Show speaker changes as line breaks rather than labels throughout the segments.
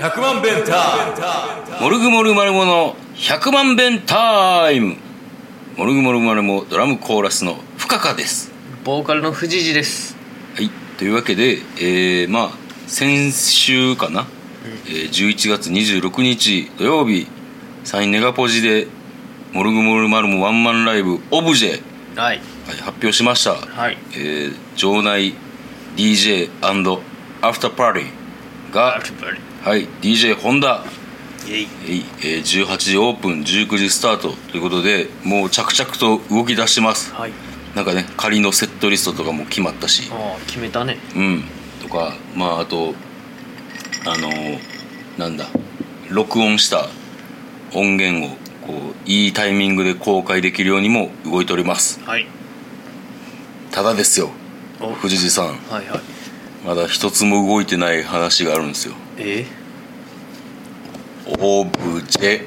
100万弁タイムモルグモルマルモの100万弁タイムモルグモルマルモドラムコーラスの深川です
ボーカルの藤次です
はいというわけで、えー、まあ先週かな、えー、11月26日土曜日サインネガポジでモルグモルマルモワンマンライブオブジェ、はい、
はい
発表しました、
はい
えー、場内 DJ& アフターパーティーが
アルバリ
はい DJ ホンダ
イエイ
えいえー18時オープン19時スタートということでもう着々と動き出してます
はい
なんかね仮のセットリストとかも決まったし
ああ決めたね
うんとかまああとあのーなんだ録音した音源をこういいタイミングで公開できるようにも動いております
はい
ただですよ
お
藤井さん
はいはい
まだ一つも動いてない話があるんですよ
え
オブジェ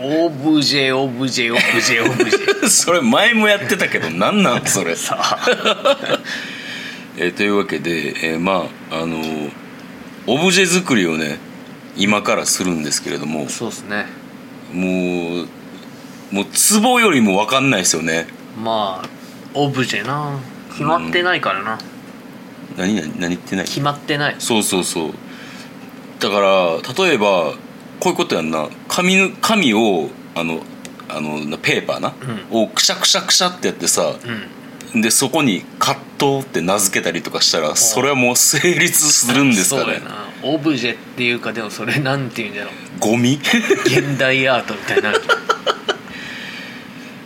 オブジェオブジェオブジェオブジ ェ
それ前もやってたけど何なんそれ
さあ
えーというわけで、えーまああのーオブジェ作りをね今からするんですけれども
そうですね
もうもう壺よりも分かんないですよね
まあオブジェな決まってないからな、
何何何言ってない
決まってない
そうそうそうだから例えばこういうことやんな紙の紙をあのあのなペーパーな、をくしゃくしゃくしゃってやってさ、
うん
でそこに「葛藤」って名付けたりとかしたらそれはもう成立するんですか
そう
ね
やなオブジェっていうかでもそれなんていうんだろう
ゴミ
現代アートみたいになるけど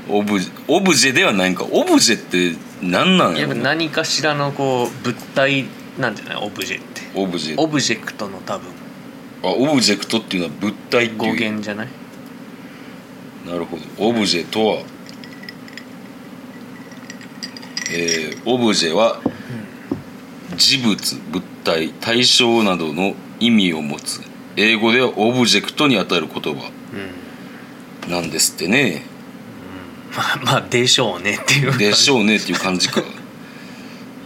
オブジオブジェではないんかオブジェって何なんや
やっ
ろ
ぱ何かしらのこう物体なんじゃないオブジェって
オブジェ
オブジェクトの多分
あオブジェクトっていうのは物体って
語
いう
源じゃない
なるほどオブジェとは、えーオブジェは事物物体対象などの意味を持つ英語ではオブジェクトにあたる言葉
うん
なんですってね
まあ まあでしょうねっていう
でし
う
ょうねっていう感じか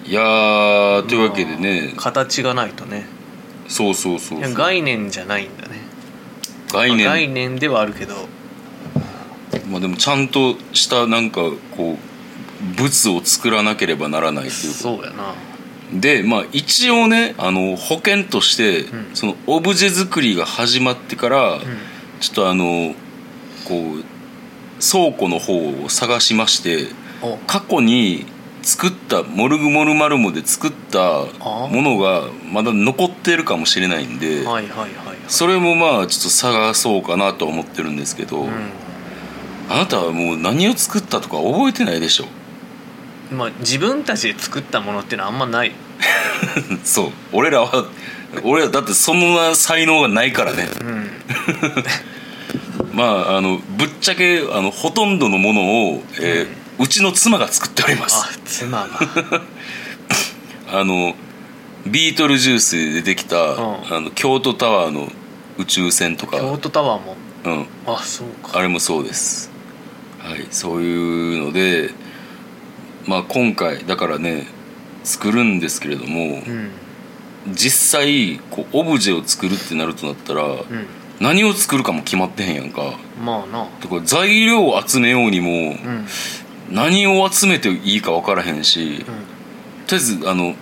いやーというわけでね
形がないとね
そうそうそう
い
そ
や
う
概念じゃないんだね
概
まあ
念
概念ではあるけど
まあ、でもちゃんとしたなんかこう物を作らなければならないというこ
そうやな
とで、まあ、一応ねあの保険として、
うん
そのオブジェ作りが始まってから、
う
ちょっとあのこう倉庫の方を探しまして
んお
過去に作ったモルグモルマルモで作った
あ
ものがまだ残ってるかもしれないんで、
はいはいはいはい
それもまあちょっと探そうかなとは思ってるんですけど。
う
あなたはもう何を作ったとか覚えてないでしょ
んまあ自分たちで作ったものってのはあんまない
そう俺らは 俺らだってそんな才能がないからね
うん
まああのぶっちゃけあのほとんどのものを、えーうちの妻が作っておりま
あ
す
妻が
あのビートルジュースで出てきた、
ん
あの京都タワーの宇宙船と
京
か、
都タワーも
うん、
あそうか
あれもそうですはいそういうのでまあ今回だからね作るんですけれども、
うん
実際こうオブジェを作るってなるとなったら、
う
何を作るかも決まってへんやんか
んまあな
だから材料を集めようにも
うん
何を集めていいか分からへんし、とりあえずあの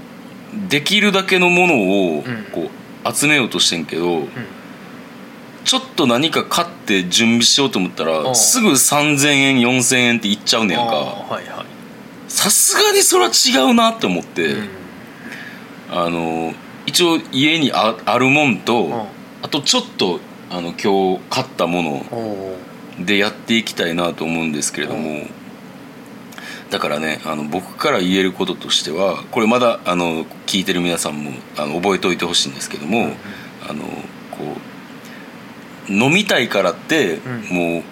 できるだけのものを
うん
こう集めようとしてんけど、
うん
ちょっと何か買って準備しようと思った
う
ら
ん
すぐ3,000円4,000円っていっちゃう
う
ね
ん
んか
あーはいはい
さすがにそれは違うなって思って、
うん
あの一応家にああるもんと、
うん
あとちょっとあの今日買ったもの
おお
でやっていきたいなと思うんですけれども、
う
だからねあの僕から言えることとしてはこれまだあの聞いてる皆さんもあの覚えておいてほしいんですけども、あのこう飲みたいからって、
ん
もう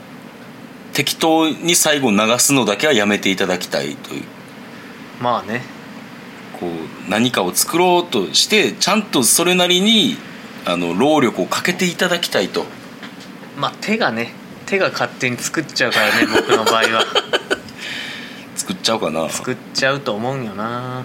適当に最後流すのだけはやめていただきたいという。
まあね
こう何かを作ろうとしてちゃんとそれなりにあの労力をかけていただきたいと
まあ手がね手が勝手に作っちゃうからね僕の場合は
作っちゃおうかな
作っちゃうと思うんよな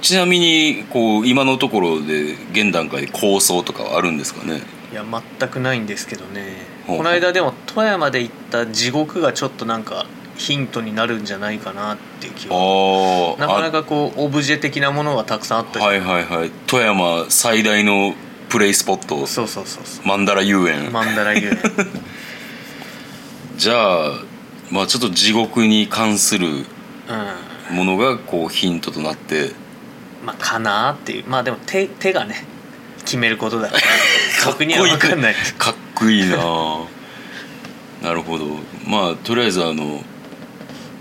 ちなみにこう今のところで現段階で構想とかはあるんですかね
いや全くないんですけどね
ほうほう
この間でも富山で行った地獄がちょっとなんかヒントになるんじゃないかなっていう気は
ああ
なかなかこうオブジェ的なものがたくさんあったり、
はいはいはい富山最大のプレイスポット
そうそうそうそ
曼荼羅遊園、
う曼荼羅 遊園
じゃあまあちょっと地獄に関する
う
ものがこうヒントとなって
んまあかなーっていうまあでも手手がね決めるこ とだから
かっこ
僕
いい
には分かんない
かっこいいなあなるほどまあとりあえずあの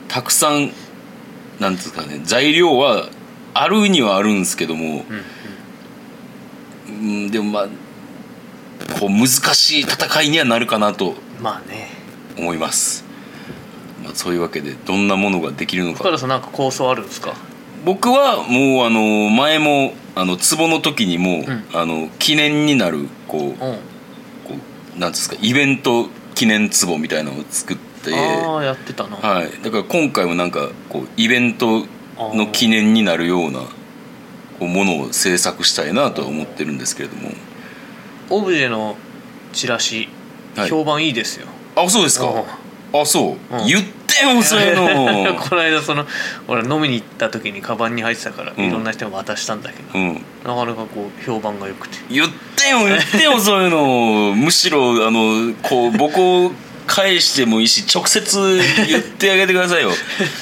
たくさんなんですかね材料はあるにはあるんですけども
う、んうん
うん、でもまあこう難しい戦いにはなるかなと
まあね
思います、まあ、そういうわけでどんなものができるの
深
か
田さんなんか構想あるんですか
僕はもうあの前もあの壺の時にも、
うん
あの記念になるこう
うん、
こうなんていうんですかイベント記念壺みたいなのを作って
ああやってたな、
はい、だから今回もなんかこうイベントの記念になるようなこうものを制作したいなとは思ってるんですけれども
オブジェのチラシ、
はい
評判いいですよ
あそうです
う
か
ん
あそう
うん
言ってよそういうの
この間その俺飲みに行った時にカバンに入ってたから、
うん
いろんな人に渡したんだけど、
うん
なかなかこう評判が良くて
言ってよ言ってよ そういうのむしろあのこう僕を返してもいいし直接言ってあげてくださ いよ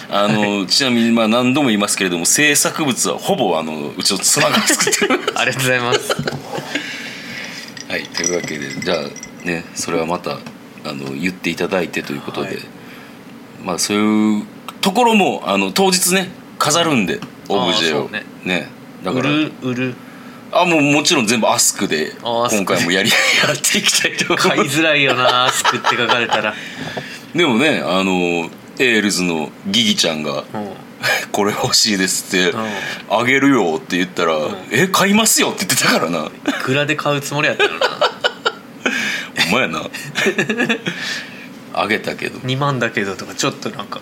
あのちなみにまあ何度も言いますけれども制作物はほぼあのうちの妻が作ってる
ありがとうございます
はい、というわけでじゃあねそれはまたあの言っていただいてということで、
はい
まあそういうところもあの当日ね飾るんでオブジェ
あーそ
を
うね
ねだ
売
から
る売る
あもうもちろん全部アスクで
あーアスク
今回もやり やっていきたいと思
買
い
い
ます
づらいよなすくって書かれたら
でもねあのエールズのギギちゃんが
うんうん
「これ欲しいです」って
うん
「あげるよ」って言ったら
ん
「え買いますよ」って言ってたからない
くらで買うつもりやったの な
お前やな あげたけど
2万だけどとかちょっとなんか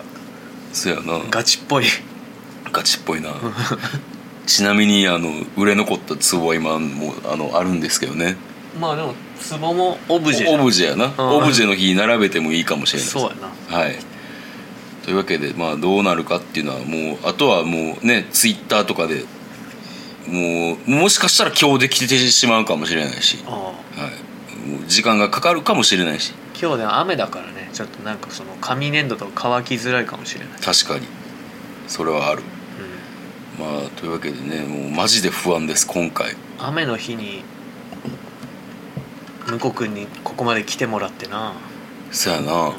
そやな
ガチっぽい
ガチっぽいなちなみにあの売れ残った壺は今もうあのあるんですけどね
まあでも壺もオブジェじゃ
オ
ん
ブジェやな、
うん
オブジェの日に並べてもいいかもしれないです
そうやな
はいというわけでまあどうなるかっていうのはもうあとはもうねツイッターとかでもうもしかしたら今日できてしまうかもしれないし、
ああ
はい、もう時間がかかるかもしれないし
今日で雨だからねちょっとなんかその紙粘土とか乾きづらいかもしれない、
確かにそれはあるまあというわけでねもうマジで不安です今回
うん、雨の日に向こう君にここまで来てもらってな、
そやな、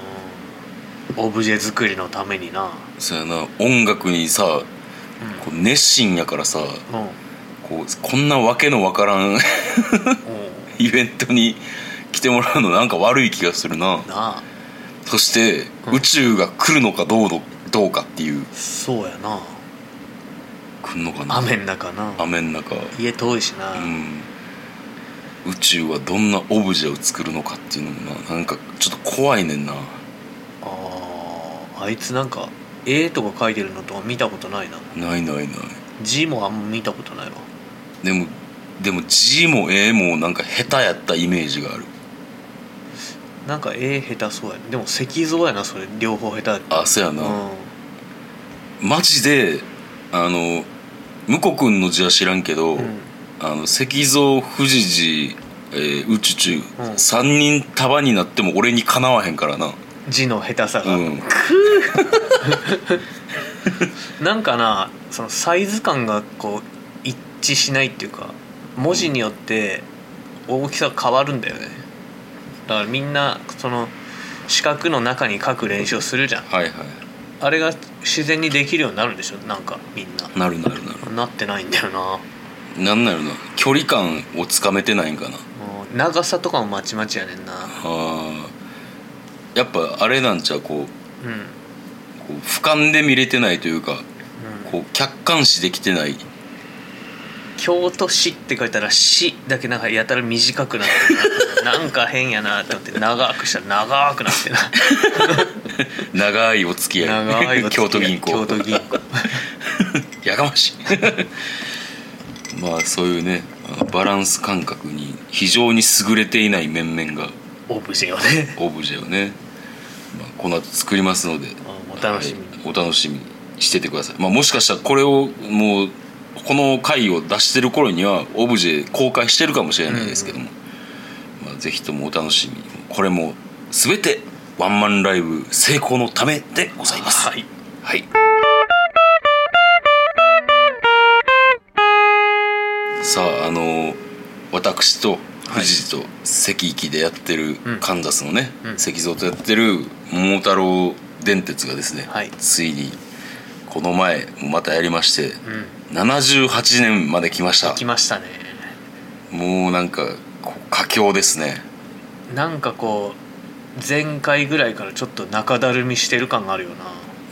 うん、オブジェ作りのためにな
そうやな音楽にさこう熱心やからさ
うん、うん
こうこんなわけのわからん イベントに来てもらうのなんか悪い気がするな
なあ
そして、
うん
宇宙が来るのかどうのどうかっていう
そうやな
来んのかな
雨ん中な
雨の中
家遠いしな、
うん宇宙はどんなオブジェを作るのかっていうのもななんかちょっと怖いねんな
あーあいつなんか絵とか描いてるのとか見たことないな
ないないない
字もあんま見たことないわ
でもでも字も絵もなんか下手やったイメージがある
なんか絵下手そうやでも石像やなそれ両方下手だった
あそや
う
な、
ん
マジであの向こくんの字は知らんけど、
うん
あの石像富士寺、えー、宇宙中、
うん
三人束になっても俺にかなわへんからな
字の下手さ
う
が、
ん
なんかなそのサイズ感がこう一致しないっていうか文字によって大きさが変わるんだよねだからみんなその四角の中に書く練習をするじゃん
はいは
あれが自然にできるようになるんでしょなんかみんない
なるなるな
なってないんだよな
るなんなるな距離感をつかめてないんかな
うん長さとかもまちまちやねんな
あーやっぱあれなんちゃうこう
うん、うん、
こう俯瞰で見れてないというかこう客観視できてない
京都市って書いたら「市」だけなんかやたら短くなってるななんか変やなって思って長くしたら長くなってな
長いお付き合い
長い
京都銀行
京都銀行
やかましい まあそういうねあのバランス感覚に非常に優れていない面々が
オブジェをね
オブジェをね、まあ、この後作りますので
あお楽しみに
はいお楽しみにしててください、まあ、もしかしたらこれをもうこの回を出してる頃にはオブジェ公開してるかもしれないですけども、まあ、ぜひともお楽しみにこれも全てワンマンライブ成功のためでございます
はい
はい。さああの私と藤井と関木でやってる、
うん
カンザスのね、
うん
石像とやってる桃太郎電鉄がですね、
はい
ついにこの前またやりまして
うん
78年まで来ました
来ましたね
もうなんかこう佳境ですね
なんかこう前回ぐらいからちょっと中だるみしてる感があるよ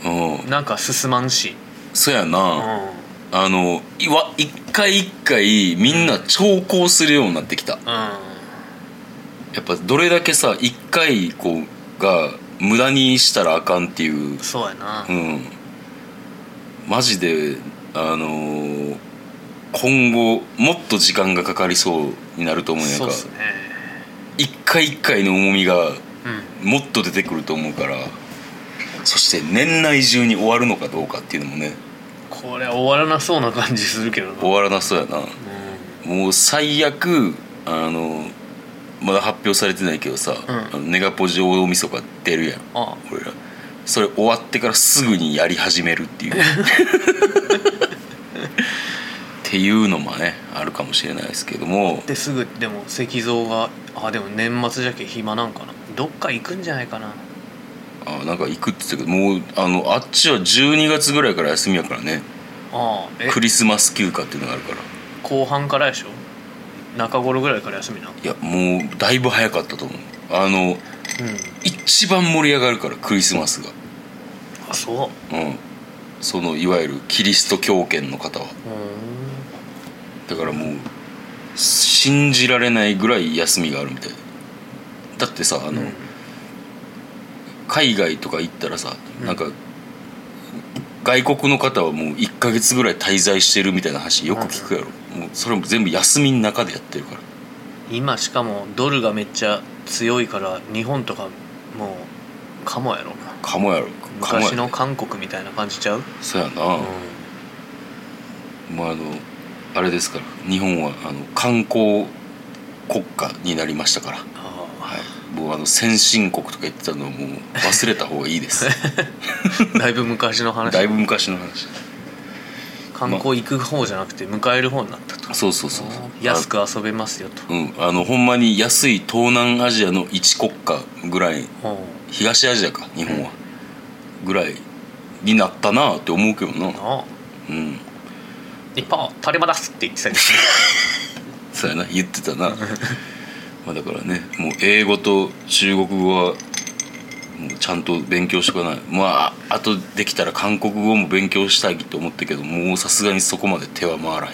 うん
ななんか進まんし
そや
う
な、
ん
あのいわ一回一回みんな長考するようになってきた
う
やっぱどれだけさ一回こうが無駄にしたらあかんっていうん
そうやな
うんマジであのー今後もっと時間がかかりそうになると思うんやん
そう
か
っすね
一回一回の重みが
うん
もっと出てくると思うからそして年内中に終わるのかどうかっていうのもね
これ終わらなそうな感じするけどな
終わらなそうやなもう最悪あのまだ発表されてないけどさ、
うん
あのネガポジ大晦日出るやん
うんあ
俺らそれ終わってからすぐにやり始めるって いうっていうのもねあるかもしれないですけども
ですぐでも石像があでも年末じゃけ暇なんかなどっか行くんじゃないかな
あなんか行くって言ってたけどもうあのあっちは12月ぐらいから休みやからね
ああえ
クリスマス休暇っていうのがあるからい
後半からでしょ中頃ぐらいから休みなうん
やもうだいぶ早かったと思うあの一番盛り上がるからクリスマスが
あそう
うんそのいわゆるキリスト教圏の方は
うー
だ
ん
からもう信じられないぐらい休みがあるみたいだってさあの、
うん
海外とか行ったらさ、
うん
なんか外国の方はもう1ヶ月ぐらい滞在してるみたいな話よく聞くやろ、もうそれも全部休みの中でやってるから
今しかもドルがめっちゃ強いから日本とかもうかもやろな
かもやろかもや
昔の
ろ
韓国みたいな感じちゃう、
そうやな、
うん
もうあのあれですから日本はあの観光国家になりましたから
ああ
はい、もうあの先進国とか言ってたのはもう忘れた方がいい です
だいぶ昔の話
だいぶ昔の話
観光行く方じゃなくて迎える方になったと
そうそうそう
安く遊べますよと
あうんあのほんまに安い東南アジアの一国家ぐらい
うん
東アジアか日本は、ぐらいになったなって思うけどな
ああ
うん
日本を取り戻すって言ってたけど
そうやな言ってたなまあだからねもう英語と中国語はもうちゃんと勉強しとかないまああとできたら韓国語も勉強したいと思ったけどもうさすがにそこまで手は回らへんわ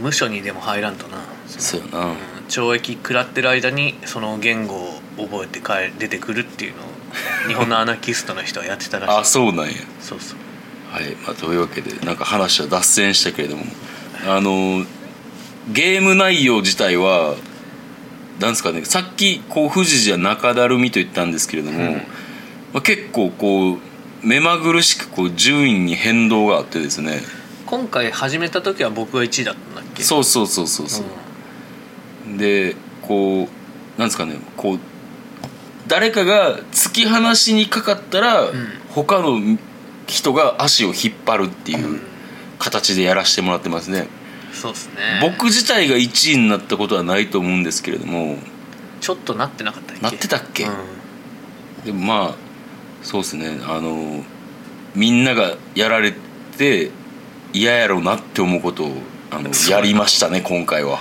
無所にでも入らんとな、
そうやな
うん懲役食らってる間にその言語を覚えて帰出てくるっていうのを日本のアナキストの人はやってたらしい
あそうなんや
そうそう
はい、まあ、というわけでなんか話は脱線したけれどもあのゲーム内容自体はなんですかねさっきこう富士じゃ中だるみと言ったんですけれども、
うん
まあ、結構こう目まぐるしくこう順位に変動があってですね
今回始めた時は僕が1位だったんだっけ
そうそうそうそうそう、でこうなんですかねこう誰かが突き放しにかかったら、
ん
他の人が足を引っ張るっていううん形でやらせてもらってますね、
うんそうっすね
僕自体が1位になったことはないと思うんですけれども
ちょっとなってなかったっけ
なってたっけ、
うん
でもまあそうですねあのみんながやられて嫌やろうなって思うことをあの
そう
やりましたね今回は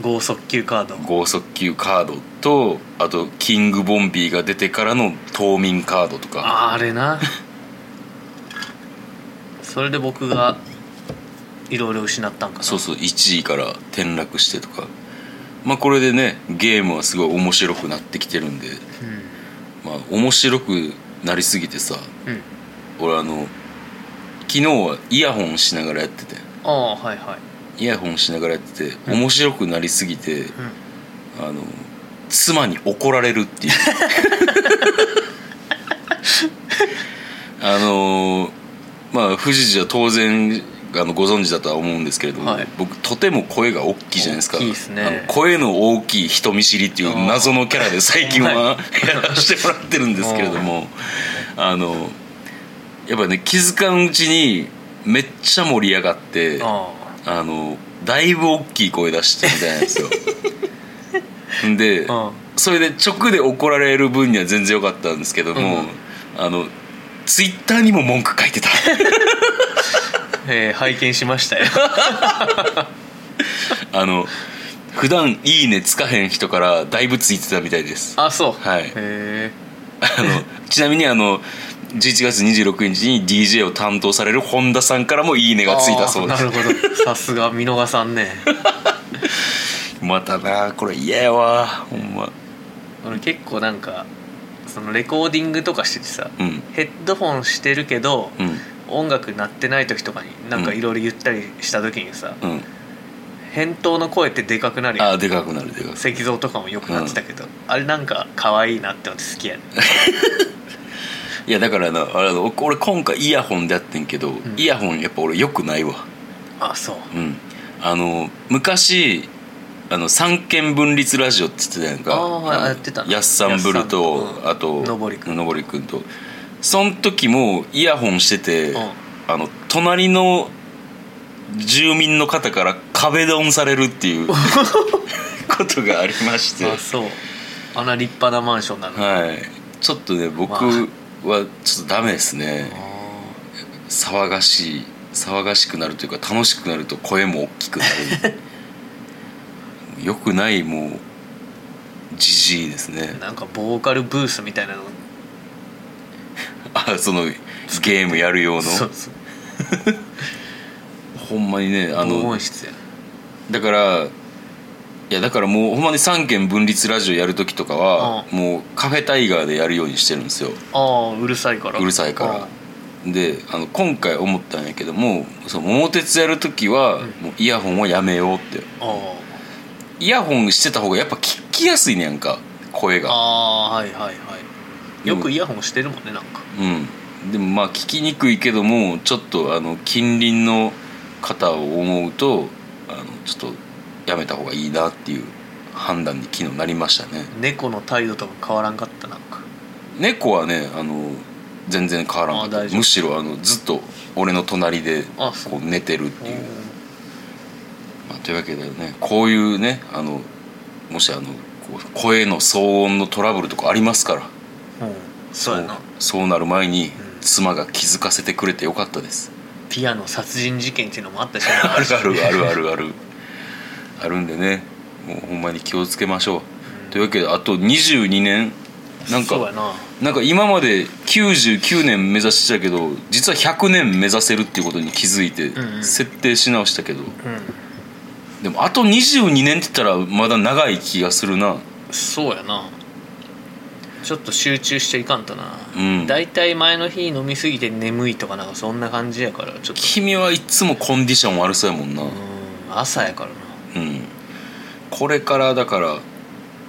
剛速球カード
剛速球カードとあとキングボンビーが出てからの冬眠カードとか
ああれなそれで僕がいろいろ失ったんかな
そうそう1位から転落してとかまあこれでねゲームはすごい面白くなってきてるんでまあ面白くなりすぎてさ
うん、うん、
俺あの昨日はイヤホンしながらやってて
ああはいはい
イヤホンしながらやってて
うん
面白くなりすぎて、
うん
あの妻に怒られる っていうあのまあ富士寺は当然あのご存知だとは思うんですけれども、
はい
僕とても声が大きいじゃないですか
大きいですね
あの声の大きい人見知りっていう謎のキャラで最 近は
は
やらせてもらってるんですけれどもあのやっぱね気づかんうちにめっちゃ盛り上がって。
あ
あのだいぶ大きい声出してみたいなんですよ で
あうん
それで直で怒られる分には全然良かったんですけども、
うん
あのツイッターにも文句書いてた
えー、拝見し ましたよ
あの普段いいね」つかへん人からだいぶついてたみたいです
あそう
はい
へえ
あのちなみにあの11月26日に DJ を担当される本田さんからも「いいね」がついたそうで
あ
す
ーなるほどさすが見逃さんね
またなこれ嫌やわほんま
俺結構なんかそのレコーディングとかしててさ
うん
ヘッドホンしてるけど、
うん
音楽鳴ってない時とかになんかいろいろ言ったりした時にさ、
うん
返答の声ってでかくなるよ
あでかくなるでかくなる
石像とかもよくなってたけど、あれなんか可愛いなって思って好き やね
いやだからなあれお俺今回イヤホンでやってんけど、
ん
イヤホンやっぱ俺よくないわ
あそう
うんあの昔あの三権分立ラジオって言ってたやんか
あーはい
の
やってた
やっさんぶる
やっ
と
さんとうん
あと
のぼりくん
のぼりくんとそん時もイヤホンしてて、
うん
あの隣の住民の方から壁ドンされるって いうことがありまして
あそうあんな立派なマンションなの、
はいちょっとね僕
ま
はちょっとダメですね、
あ
騒がしい騒がしくなるというか楽しくなると声も大きくな るよくないもうじじいですね
ーなんかボーカルブースみたいなの
あそのゲームやる用の
そうそう
ほんまにねあ
防
の
音室や
だからいやだからもうほんまに三軒分立ラジオやる時とかは、
う
もうカフェタイガーでやるようにしてるんですよ
ああうるさいから
うるさいか
あ
らであの今回思ったんやけどもその桃鉄やる時は、もうイヤホンはやめようって
あー
イヤホンしてた方がやっぱ聞きやすいねやんか声が
あーはいはいはいよくイヤホンしてるもんねなんか
うんでもまあ聞きにくいけどもちょっとあの近隣の方を思うとあのちょっとやめた方がいいなっていう判断に昨日なりましたね
猫の態度とも変わらんかったなんか
猫はねあの全然変わらんかった
あ大丈夫
むしろあのずっと俺の隣で
あそう
こう寝てるって
お
いう
ー
まあ、というわけでねこういうねあのもしあのこう声の騒音のトラブルとかありますから
うんそうやな
そうなる前に
ん
妻が気づかせてくれてよかったです
ピアノ殺人事件っていうのもあったしな
あるあるある あるあるあるんでねもうほんまに気をつけましょう、というわけであと22年なん
そうや
か
な
なんか今まで99年目指してたけど実は100年目指せるっていうことに気づいて
んうん
設定し直したけど、
う
でもあと22年って言ったらまだ長い気がするなん
そうやなちょっと集中していかんとな
うん
大体、前の日飲みすぎて眠いとかなんかそんな感じやからちょっと
君はいつもコンディション悪そうやもんな、
うん朝やからな
うん、これからだから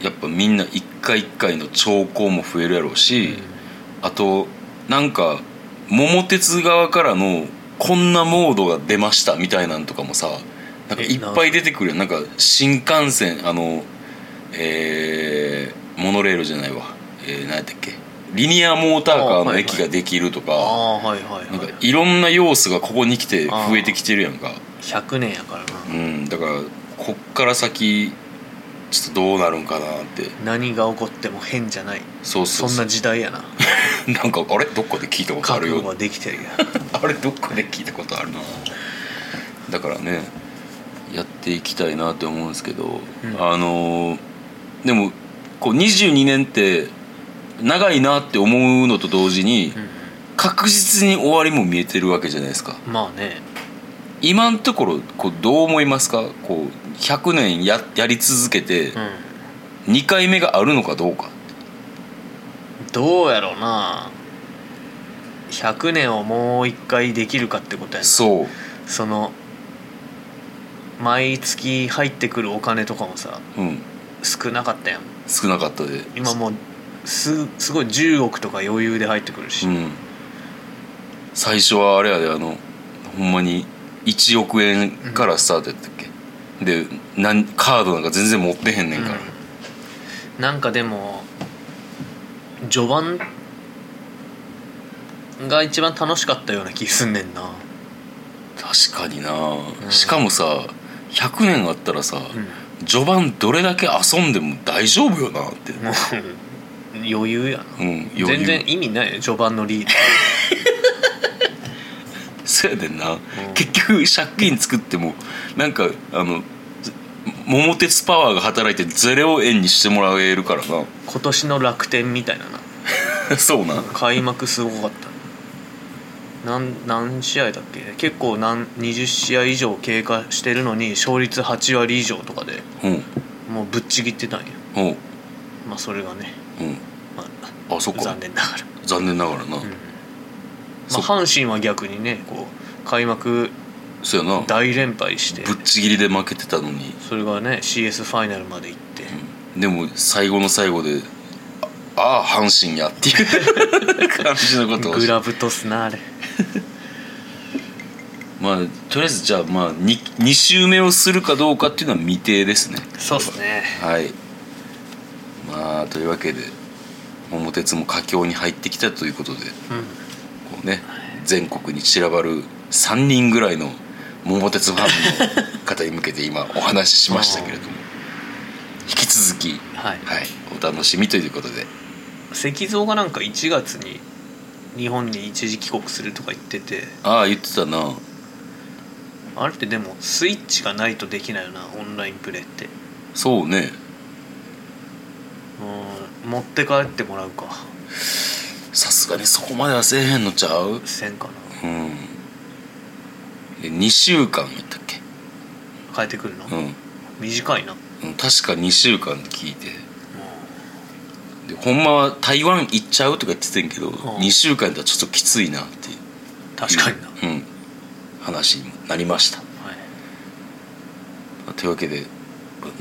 やっぱみんな一回一回の兆候も増えるやろうし、あとなんか桃鉄側からのこんなモードが出ましたみたいなんとかもさなんか
え
いっぱい出てくるよなんか新幹線あのえーモノレールじゃないわ、えー、何やったっけリニアモーターカーの駅ができるとか、
ああはいはい
なんか
はい
いろんな要素がここに来て増えてきてるやんか。
100年やから
う
な
ん、だからこっから先ちょっとどうなるんかなって
何が起こっても変じゃない
そうそ
そ
うんそ
な
う
時代やな
なんかあれどっかで聞いたことあ
覚
る
悟
よ
はできてるやん
あれどっかで聞いたことあるなだからねやっていきたいなって思うんですけど、あのーでもこう22年って長いなって思うのと同時に確実に終わりも見えてるわけじゃないですか
うんまあね
今のところこうどう思いますかこう100年ややり続けて
うん
2回目があるのかどうか
どうやろうな100年をもう一回できるかってことやな
そう
その毎月入ってくるお金とかもさ
うん
少なかったやん
少なかったで
今もうすすごい10億とか余裕で入ってくるし、
うん、最初はあれやであのほんまに1億円からスタートやったっけ、でなんカードなんか全然持ってへんねんから、
うんなんかでも序盤が一番楽しかったような気すんねんな、
確かにな、
うん
しかもさ100年あったらさ、序盤どれだけ遊んでも大丈夫よなって、
もう余裕やな
うん、余裕
全然意味ないよ序盤 のリード
そうやねんな、結局借金作ってもなんかあのず桃鉄パワーが働いてゼレを円にしてもらえるからな
今年の楽天みたいなな
そうな
開幕すごかったなん何試合だっけ結構何20試合以上経過してるのに勝率8割以上とかで
うん
もうぶっちぎってたんや
うん
まあそれがね、
う
ま
んあそっ
あ、
か
残念ながら
残念ながらな、
ま
そう
あ、阪神は逆にねこう開幕
そうやな
大連敗して
ぶっちぎりで負けてたのに、
それがね CS ファイナルまで行って、
でも最後の最後で「ああ阪神や」っていう 感じのことを
グラブとすなあれ
まあとりあえずじゃあまあ 2, 2周目をするかどうかっていうのは未定ですね
そうっすね
はいまあというわけで桃鉄も佳境に入ってきたということで
うん
こうね全国に散らばる3人ぐらいの桃鉄ファンの方に向けて今お話ししましたけれども引き続き、
はい
はい、お楽しみということで
石像がなんか1月に日本に一時帰国するとか言ってて
ああ言ってたな
あれってでもスイッチがないとできないよなオンラインプレイって
そうね
うん持って帰ってもらうか
さすがにそこまではせえへんのちゃう
せんかな
うんで2週間やったっけ
帰ってくるの、
うん
短いな、
うん確か2週間って聞いてでほんまは台湾行っちゃうとか言ってたんやけど、2週間だとちょっときついなっていう
確かにな、
うん、話になりました
はい
というわけで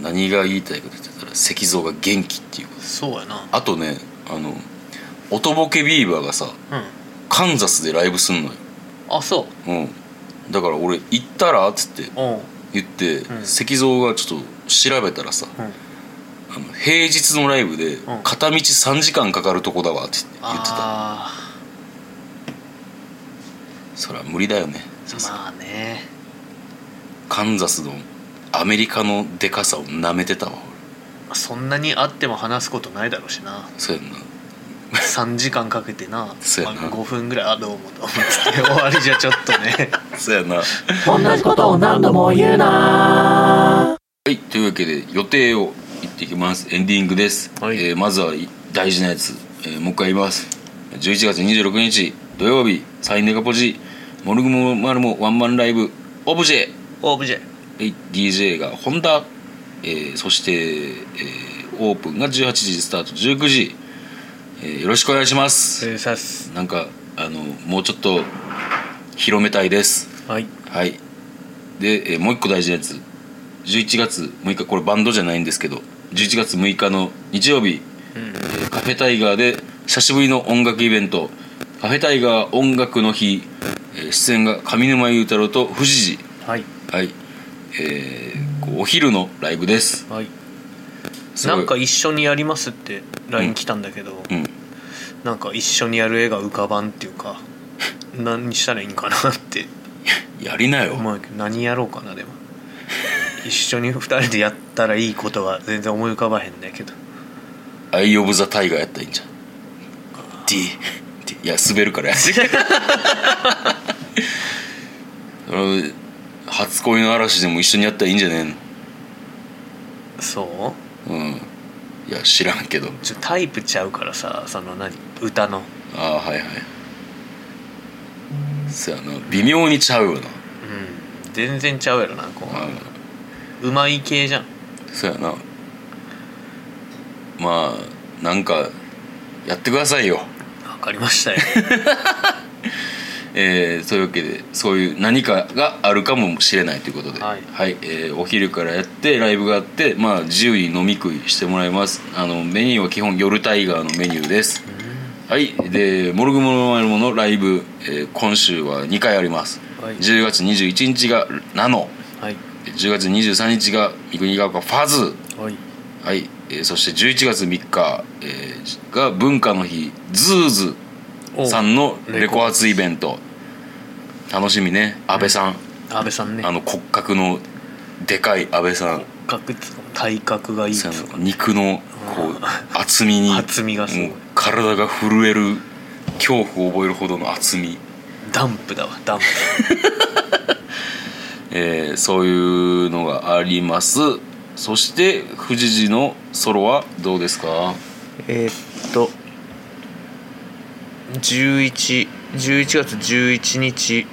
何が言いたいかと言ってたら石像が元気っていうこと
そうやな
あとねあの音ボケビーバーがさ
うん
カンザスでライブすんのよ、
あそ
うん、だから俺行ったらっつって
ううんうん
言って、
ん
石像がちょっと調べたらさあの平日のライブで
うん
片道3時間かかるとこだわって言ってた、
あ
そりゃ無理だよね
あまあね
カンザスのアメリカのでかさをなめてたわ俺
そんなに会っても話すことないだろうし な
そうやんな
3時間かけてな
そうやな
まあ5分ぐらい「あどうもどうも」っつって終わりじゃちょっとね
そうやな
同じことを何度も言うな
はい、というわけで予定を言ってきますエンディングです、
はい
えーまずはい大事なやつ、えーもう一回言います11月26日土曜日サインネガポジモルグモマルモワンマンライブ オブジェ
オブジェ
はい DJ がホンダ、えーそして、えーオープンが18時スタート19時、えーよろしくお願いします、
失礼します
なんかあのもうちょっと広めたいです
はい
はいで、えーもう一個大事なやつ11月6日これバンドじゃないんですけど11月6日の日曜日、えーカフェタイガーで久しぶりの音楽イベント「カフェタイガー音楽の日」えー出演が上沼雄太郎と富士寺
はい
はいえーこうお昼のライブです
はい
すご
ないんか一緒にやりますって LINE 来たんだけど、
うん
なんか一緒にやる絵が浮かばんっていうか何したらいいんかなって
やりなよ、
思うけど何やろうかなでも一緒に2人でやったらいいことが全然思い浮かばへんねんけど
アイ・オブ・ザ・タイガーやったらいいんじゃん D, D いや滑るからや めてあの初恋の嵐でも一緒にやったらいいんじゃね
そう
えのうんいや知らんけど
ちょタイプちゃうからさその何歌の
ああはいはいそやな微妙にちゃうよな
うん全然ちゃうやろなこ
あ
ううまい系じゃん
そやなまあなんかやってくださいよ
わかりましたよ
えー、そういうわけでそういう何かがあるかもしれないということで、
はい
えーお昼からやってライブがあって、まあ、自由に飲み食いしてもらいますあのメニューは基本夜タイガーのメニューです、はいで「モルグモルマルモ」のライブ、えー今週は2回あります、
はい
10月21日が「ナノ
はい」
10月23日が「三国ヶ丘ファズ
はい」
はいえーそして11月3日、えーが文化の日「ズーズ」
お
さんのレコ発イベント楽しみね安倍さん、
安倍さんね
あの骨格のでかい安倍さん
格体格がいいです
そ
よ
の肉のこう厚みに
厚みがすごい
もう体が震える恐怖を覚えるほどの厚み、
ダンプだわダンプ
えーそういうのがありますそして富士寺のソロはどうですか
えーっと1111月11日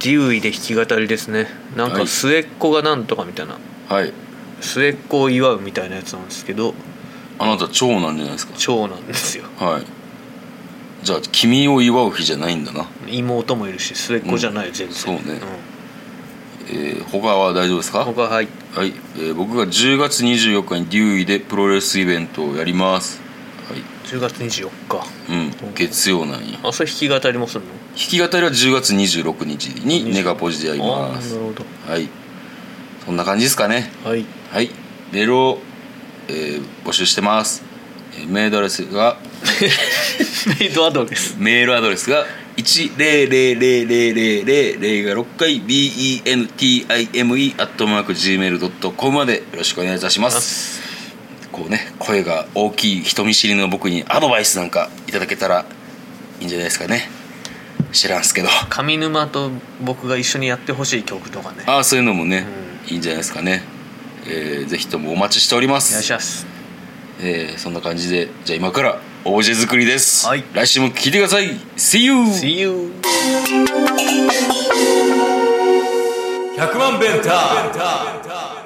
デューイで弾き語りですねなん
は
か
い
末っ子がなんとかみたいな
はい
末っ子を祝うみたいなやつなんですけど
あなた長男じゃないですか
長なんですよ
はいじゃあ君を祝う日じゃないんだな、
妹もいるし末っ子じゃないよ全然
そうねえー他は大丈夫ですか
僕ははい
はい、えー僕が10月24日にデューイでプロレスイベントをやります、はい
10月24日
うん、月曜なんや弾
あそれ弾き語りもするの
き語りは10月26日にネガポジでやり
ああ
ま
ー
す
なるほど
はいそんな感じですかね
はい
はいメールを、えー募集してますえーメールアドレスが
メイドアドレス
メールアドレスが10000000が6回 bentime アットマーク gmail.com までよろしくお願いいたしますこうね声が大きい人見知りの僕にアドバイスなんかいただけたらいいんじゃないですかね知らんすけど
上沼と僕が一緒にやってほしい曲とかね
ああそういうのもね、いいんじゃないですかね、えーぜひともお待ちしておりま
お願い
す
します
えーそんな感じでじゃあ今からオブジェ作りです、
はい
来週も聞いてください See you!
See you
100万ベンター